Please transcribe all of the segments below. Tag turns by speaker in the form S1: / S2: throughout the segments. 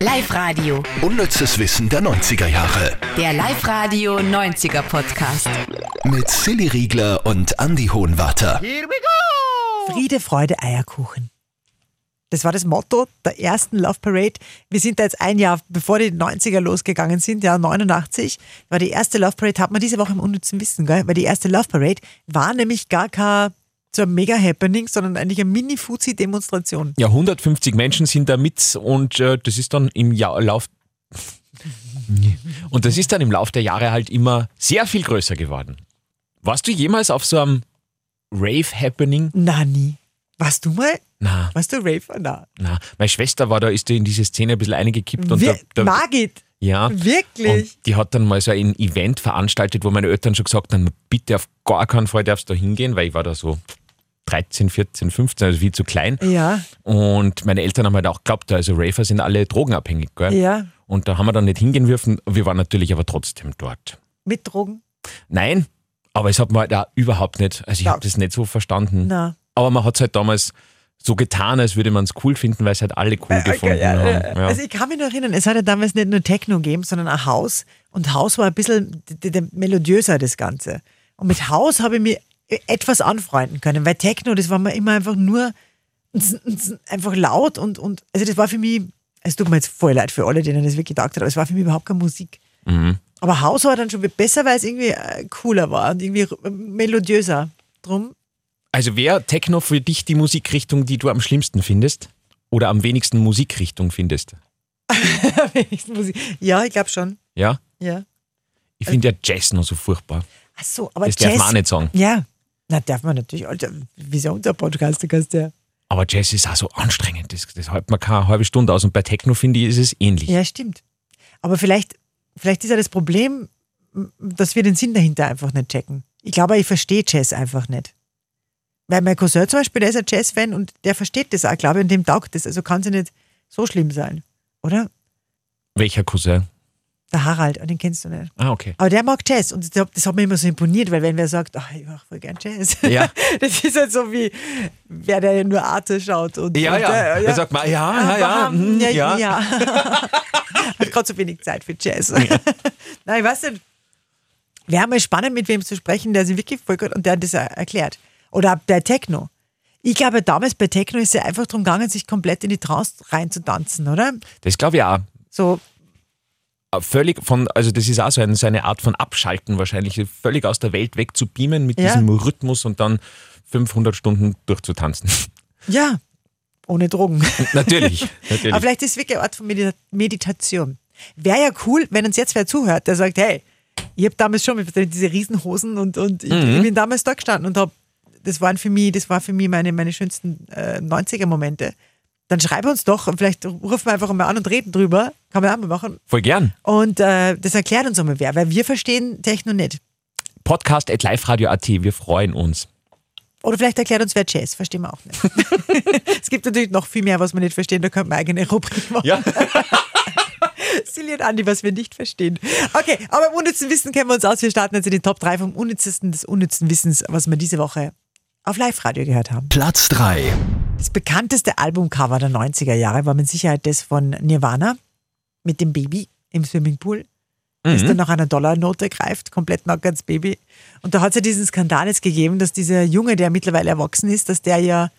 S1: Live-Radio.
S2: Unnützes Wissen der 90er Jahre.
S1: Der Live-Radio 90er Podcast.
S2: Mit Silly Riegler und Andy Hohenwater.
S3: Oh.
S4: Friede, Freude, Eierkuchen. Das war das Motto der ersten Love Parade. Wir sind da jetzt ein Jahr, bevor die 90er losgegangen sind, ja, 89, war die erste Love Parade, hat man diese Woche im unnützen Wissen, gell? weil die erste Love Parade war nämlich gar kein so ein Mega-Happening, sondern eigentlich eine Mini-Fuzzi-Demonstration.
S3: Ja, 150 Menschen sind da mit und äh, das ist dann im Jahr, Lauf. Und das ist dann im Lauf der Jahre halt immer sehr viel größer geworden. Warst du jemals auf so einem Rave-Happening?
S4: Na, nie. Warst du mal?
S3: Na,
S4: Warst du Raver? Na.
S3: na. Meine Schwester war da, ist die in diese Szene ein bisschen eingekippt und
S4: Wir,
S3: da, da,
S4: Margit,
S3: ja.
S4: wirklich?
S3: Und die hat dann mal so ein Event veranstaltet, wo meine Eltern schon gesagt haben, bitte auf gar keinen Fall darfst du da hingehen, weil ich war da so 13, 14, 15, also viel zu klein.
S4: Ja,
S3: Und meine Eltern haben halt auch geglaubt, also Rafer sind alle drogenabhängig, gell?
S4: ja.
S3: Und da haben wir dann nicht hingehen dürfen. Wir waren natürlich aber trotzdem dort.
S4: Mit Drogen?
S3: Nein, aber es hat man da überhaupt nicht, also ich
S4: Ja.
S3: habe das nicht so verstanden.
S4: Na.
S3: Aber man hat es halt damals so getan, als würde man es cool finden, weil es halt alle cool gefunden haben. Ja.
S4: Also ich kann mich noch erinnern, es hat ja damals nicht nur Techno gegeben, sondern auch House. Und House war ein bisschen d- d- melodiöser, das Ganze. Und mit House habe ich mich e-, etwas anfreunden können, weil Techno, das war mir immer einfach nur z- z- einfach laut und, und also das war für mich, es tut mir jetzt voll leid für alle, denen das wirklich gedacht hat, aber es war für mich überhaupt keine Musik.
S3: Mhm.
S4: Aber House war dann schon besser, weil es irgendwie äh, cooler war und irgendwie r- melodiöser. Drum,
S3: Also wäre Techno für dich die Musikrichtung, die du am schlimmsten findest? Oder am wenigsten Musikrichtung findest?
S4: wenigstens Musik. Ja, ich glaube schon.
S3: Ja?
S4: Ja.
S3: Ich finde ja Jazz noch so furchtbar.
S4: Ach so, Äh. aber
S3: Das
S4: Jazz,
S3: darf man auch nicht sagen.
S4: Ja, na darf man natürlich. Alter, wie ist ja unser Podcaster, kannst ja.
S3: Aber Jazz ist auch so anstrengend. Das, das hält man keine halbe Stunde aus. Und bei Techno, finde ich, ist es ähnlich.
S4: Ja, stimmt. Aber vielleicht, vielleicht ist ja das Problem, m- dass wir den Sinn dahinter einfach nicht checken. Ich glaube, ich verstehe Jazz einfach nicht. Weil mein Cousin zum Beispiel, der ist ein Jazz-Fan und der versteht das auch, glaube ich, und dem taugt das. Also kann es ja nicht so schlimm sein, oder?
S3: Welcher Cousin?
S4: Der Harald, und den kennst du nicht.
S3: Ah, okay.
S4: Aber der mag Jazz und ich glaub, das hat mir immer so imponiert, weil wenn wer sagt, ach, ich mache voll gern Jazz,
S3: Ja.
S4: das ist halt so wie, wer der nur Arte schaut. Und,
S3: Ja,
S4: und
S3: ja. Also
S4: Der,
S3: Er sagt mal, ja, ja, ja.
S4: Hm,
S3: hm,
S4: ja,
S3: ja.
S4: ja. Hat gerade so wenig Zeit für Jazz. Nein, ich weiß nicht. Wäre mal spannend, mit wem zu sprechen, der sich wirklich voll gut und der das er- erklärt. Oder der Techno. Ich glaube, damals bei Techno ist es ja einfach darum gegangen, sich komplett in die Trance reinzutanzen, oder?
S3: Das glaube ich auch.
S4: So,
S3: Völlig von, also das ist auch so, ein, so eine Art von Abschalten wahrscheinlich, völlig aus der Welt weg zu beamen mit
S4: Ja.
S3: diesem Rhythmus und dann 500 Stunden durchzutanzen.
S4: ja, ohne Drogen.
S3: natürlich,
S4: Aber
S3: natürlich.
S4: vielleicht ist es wirklich ein Ort von Medita Meditation. Wäre ja cool, wenn uns jetzt wer zuhört, der sagt, hey, ich habe damals schon mit diese Riesenhosen und, und ich, ich bin damals da gestanden und habe, das waren für mich, das war für mich meine, meine schönsten äh, 90er-Momente. Dann schreibe uns doch, und vielleicht rufen wir einfach mal an und reden drüber. Kann man auch mal machen.
S3: Voll gern.
S4: Und äh, das erklärt uns einmal wer, weil wir verstehen Techno nicht.
S3: Podcast at liveradio.at, wir freuen uns.
S4: Oder vielleicht erklärt uns wer Jazz, verstehen wir auch nicht. es gibt natürlich noch viel mehr, was wir nicht verstehen, da könnten wir eigene Rubrik machen.
S3: Ja.
S4: Silly und Andi, was wir nicht verstehen. Okay, aber im unnützen Wissen kennen wir uns aus. Wir starten jetzt in den Top 3 vom unnützesten des unnützen Wissens, was wir diese Woche auf Live-Radio gehört haben.
S2: Platz 3.
S4: Das bekannteste Albumcover der 90er Jahre war mit Sicherheit das von Nirvana mit dem Baby im Swimmingpool, das dann nach einer Dollarnote greift, komplett nackt als Baby. Und da hat es ja diesen Skandal jetzt gegeben, dass dieser Junge, der mittlerweile erwachsen ist, dass der ja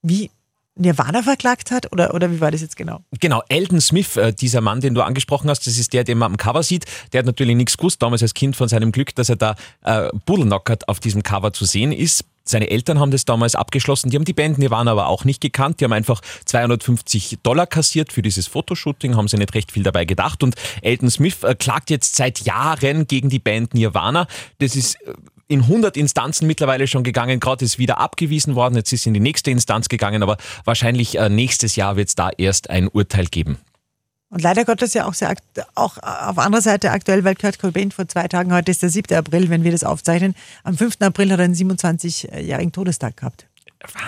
S4: wie Nirvana verklagt hat oder, oder wie war das jetzt genau?
S3: Genau, Elton Smith, äh, dieser Mann, den du angesprochen hast, das ist der, den man am Cover sieht. Der hat natürlich nichts gewusst, damals als Kind von seinem Glück, dass er da äh, Buddelnockert auf diesem Cover zu sehen ist. Seine Eltern haben das damals abgeschlossen. Die haben die Band Nirvana aber auch nicht gekannt. Die haben einfach 250 Dollar kassiert für dieses Fotoshooting, haben sie nicht recht viel dabei gedacht. Und Elton Smith äh, klagt jetzt seit Jahren gegen die Band Nirvana. Das ist äh, in 100 Instanzen mittlerweile schon gegangen, gerade ist wieder abgewiesen worden, jetzt ist in die nächste Instanz gegangen, aber wahrscheinlich äh, nächstes Jahr wird es da erst ein Urteil geben.
S4: Und leider Gottes ja auch, sehr akt auch auf anderer Seite aktuell, weil Kurt Cobain vor zwei Tagen, heute ist der 7. April, wenn wir das aufzeichnen, am 5. April hat er einen 27-jährigen Todestag gehabt.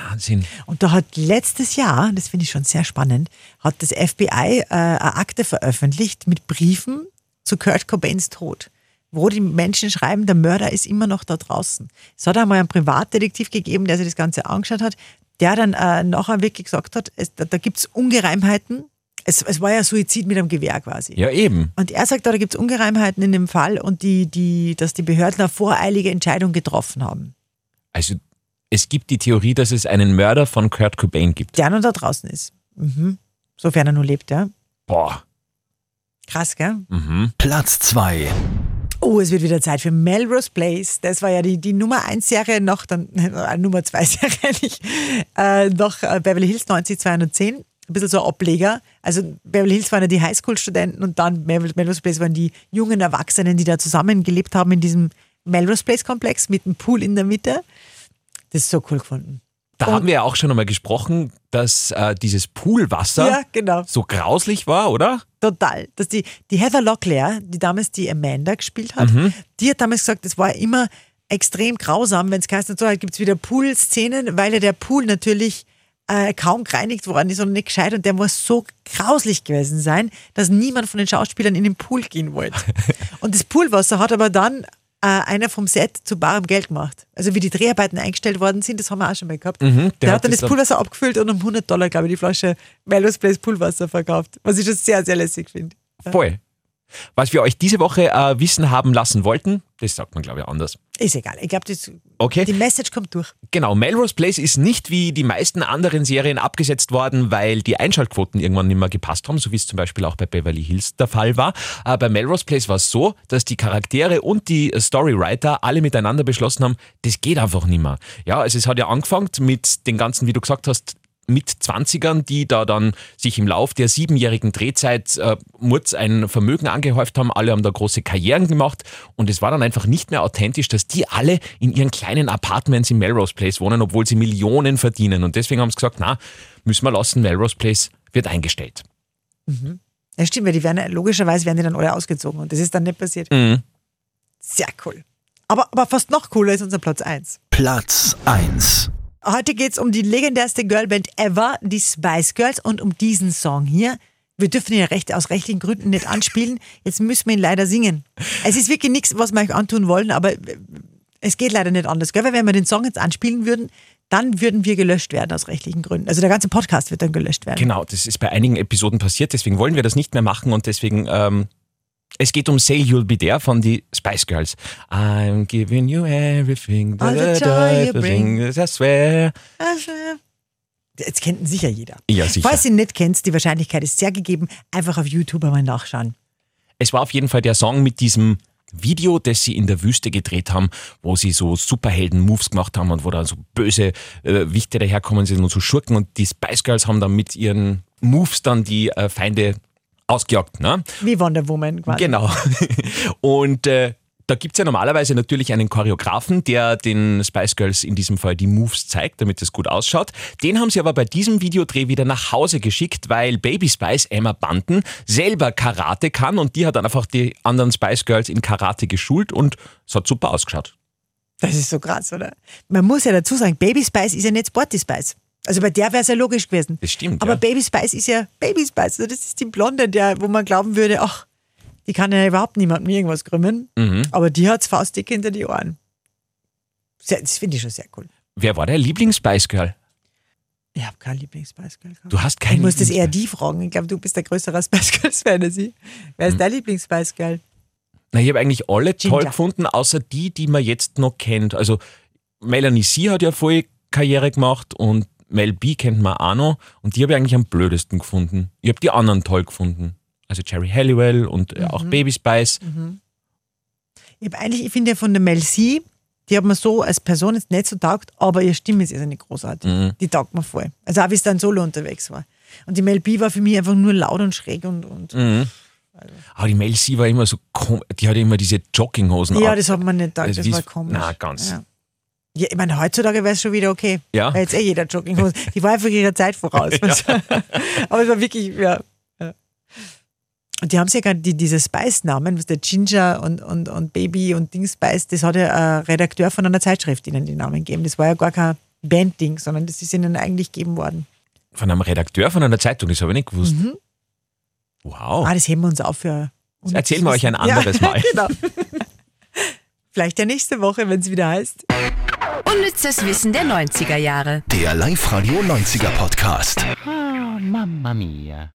S3: Wahnsinn.
S4: Und da hat letztes Jahr, das finde ich schon sehr spannend, hat das FBI äh, eine Akte veröffentlicht mit Briefen zu Kurt Cobains Tod, wo die Menschen schreiben, der Mörder ist immer noch da draußen. Es hat einmal einen Privatdetektiv gegeben, der sich das Ganze angeschaut hat, der dann äh, nachher wirklich gesagt hat, es, da, da gibt es Ungereimheiten, Es, es war ja Suizid mit einem Gewehr quasi.
S3: Ja, eben.
S4: Und er sagt, da gibt es Ungereimheiten in dem Fall und die, die, dass die Behörden eine voreilige Entscheidung getroffen haben.
S3: Also es gibt die Theorie, dass es einen Mörder von Kurt Cobain gibt.
S4: Der noch da draußen ist. Mhm. Sofern er nur lebt, ja.
S3: Boah.
S4: Krass, gell?
S3: Mhm.
S2: Platz 2.
S4: Oh, es wird wieder Zeit für Melrose Place. Das war ja die, die Nummer 1 Serie noch, dann äh, Nummer 2 Serie nicht, äh, noch äh, Beverly Hills 90210. Ein bisschen so ein Ableger. Also Beverly Hills waren ja die Highschool-Studenten und dann Mel- Melrose Place waren die jungen Erwachsenen, die da zusammen gelebt haben in diesem Melrose Place-Komplex mit einem Pool in der Mitte. Das ist so cool gefunden.
S3: Da haben wir ja auch schon einmal gesprochen, dass äh, dieses Poolwasser
S4: Ja, genau.
S3: so grauslich war, oder?
S4: Total. Dass die, die Heather Locklear, die damals die Amanda gespielt hat, die hat damals gesagt, es war immer extrem grausam, wenn es geheißen hat, so halt gibt es wieder Pool-Szenen, weil ja der Pool natürlich äh, kaum gereinigt worden ist und nicht gescheit und der muss so grauslich gewesen sein, dass niemand von den Schauspielern in den Pool gehen wollte. und das Poolwasser hat aber dann äh, einer vom Set zu barem Geld gemacht. Also wie die Dreharbeiten eingestellt worden sind, das haben wir auch schon mal gehabt. Mhm, der,
S3: hat
S4: hat dann
S3: das
S4: das
S3: dann-
S4: Poolwasser abgefüllt und um 100 Dollar, glaube ich, die Flasche Melrose Place Poolwasser verkauft. Was ich schon sehr, sehr lässig finde.
S3: Voll. Was wir euch diese Woche äh, wissen haben lassen wollten, das sagt man, glaube ich, anders.
S4: Ist egal. Ich glaube, die
S3: Okay?
S4: Message kommt durch.
S3: Genau, Melrose Place ist nicht wie die meisten anderen Serien abgesetzt worden, weil die Einschaltquoten irgendwann nicht mehr gepasst haben, so wie es zum Beispiel auch bei Beverly Hills der Fall war. Aber bei Melrose Place war es so, dass die Charaktere und die äh, Storywriter alle miteinander beschlossen haben, das geht einfach nicht mehr. Ja, also es hat ja angefangen mit den ganzen, wie du gesagt hast, mit 20ern, die da dann sich im Lauf der siebenjährigen Drehzeit äh, Murz ein Vermögen angehäuft haben. Alle haben da große Karrieren gemacht und es war dann einfach nicht mehr authentisch, dass die alle in ihren kleinen Apartments in Melrose Place wohnen, obwohl sie Millionen verdienen. Und deswegen haben sie gesagt, na, müssen wir lassen, Melrose Place wird eingestellt.
S4: Ja, stimmt, weil die werden, logischerweise werden die dann alle ausgezogen und das ist dann nicht passiert. Sehr cool. Aber, aber fast noch cooler ist unser Platz 1.
S2: Platz 1.
S4: Heute geht es um die legendärste Girlband ever, die Spice Girls, und um diesen Song hier. Wir dürfen ihn ja recht, aus rechtlichen Gründen nicht anspielen. Jetzt müssen wir ihn leider singen. Es ist wirklich nichts, was wir euch antun wollen, aber äh, es geht leider nicht anders. Gell? Weil wenn wir den Song jetzt anspielen würden, dann würden wir gelöscht werden aus rechtlichen Gründen. Also der ganze Podcast wird dann gelöscht werden.
S3: Genau, das ist bei einigen Episoden passiert, deswegen wollen wir das nicht mehr machen und deswegen, ähm, es geht um Say You'll Be There von die Spice Girls. I'm giving you everything,
S4: All the joy you bring.
S3: I swear.
S4: Also, Jetzt kennt ihn sicher jeder.
S3: Ja, sicher.
S4: Falls du ihn nicht kennst, die Wahrscheinlichkeit ist sehr gegeben. Einfach auf YouTube einmal nachschauen.
S3: Es war auf jeden Fall der Song mit diesem Video, das sie in der Wüste gedreht haben, wo sie so Superhelden-Moves gemacht haben und wo dann so böse äh, Wichte daherkommen sind und so Schurken und die Spice Girls haben dann mit ihren Moves dann die äh, Feinde ausgejagt, ne?
S4: Wie Wonder Woman quasi.
S3: Genau. Und äh, da gibt's ja normalerweise natürlich einen Choreografen, der den Spice Girls in diesem Fall die Moves zeigt, damit es gut ausschaut. Den haben sie aber bei diesem Videodreh wieder nach Hause geschickt, weil Baby Spice Emma Bunton selber Karate kann und die hat dann einfach die anderen Spice Girls in Karate geschult und es hat super ausgeschaut.
S4: Das ist so krass, oder? Man muss ja dazu sagen, Baby Spice ist ja nicht Sporty Spice. Also bei der wäre es ja logisch gewesen.
S3: Das stimmt,
S4: Aber
S3: ja.
S4: Baby Spice ist ja Baby Spice. Also das ist die Blonde, der, wo man glauben würde, ach, die kann ja überhaupt niemandem irgendwas krümmen.
S3: Mhm.
S4: Aber die hat's faustdick hinter die Ohren. Sehr, das finde ich schon sehr cool.
S3: Wer war der Lieblings-Spice Girl?
S4: Ich habe keinen Lieblings-Spice Girl. gehabt.
S3: Du hast
S4: Ich
S3: keinen
S4: muss das eher
S3: Lieblings-Spice-
S4: die fragen. Ich glaube, du bist der größere Spice Girls Fan als ich. Wer ist
S3: Hm.
S4: dein Lieblings-Spice Girl?
S3: Na, ich habe eigentlich alle toll
S4: Ginger.
S3: gefunden, außer die, die man jetzt noch kennt. Also Melanie C. hat ja voll Karriere gemacht und Mel B. kennt man auch noch. Und die habe ich eigentlich am blödesten gefunden. Ich habe die anderen toll gefunden. Also Jerry Halliwell und äh,
S4: Mhm.
S3: auch Baby Spice.
S4: Ich habe eigentlich, ich finde ja von der Mel C, die hat mir so als Person jetzt nicht so taugt, aber ihre Stimme ist irrsinnig großartig. Die taugt mir voll. Also auch wie es dann solo unterwegs war. Und die Mel B war für mich einfach nur laut und schräg und. und
S3: Mhm. Aber die Mel C. war immer so kom Die hatte immer diese Jogginghosen
S4: Ja,
S3: an.
S4: das hat man nicht taugt,
S3: Also
S4: das
S3: die
S4: war
S3: ist-
S4: komisch.
S3: na, ganz.
S4: Ja. Ja, ich meine, heutzutage wäre es schon wieder okay.
S3: Ja.
S4: Weil jetzt eh jeder Jogginghose. Die war einfach ihrer Zeit voraus. Aber es war wirklich, ja. ja. Und die haben sich ja gerade die, diese Spice-Namen, was der Ginger und, und, und Baby und Ding Spice, das hat ja ein Redakteur von einer Zeitschrift ihnen die Namen gegeben. Das war ja gar kein Band-Ding, sondern das ist ihnen eigentlich gegeben worden.
S3: Von einem Redakteur von einer Zeitung, das habe ich nicht gewusst.
S4: Mhm.
S3: Wow.
S4: Ah, das heben wir uns auf für.
S3: Das Oh. erzählen wir euch ein anderes
S4: ja,
S3: Mal.
S4: genau. Vielleicht ja nächste Woche, wenn es wieder heißt.
S1: Unnützes Wissen der 90er Jahre.
S2: Der Live-Radio 90er Podcast.
S5: Ah, mamma mia.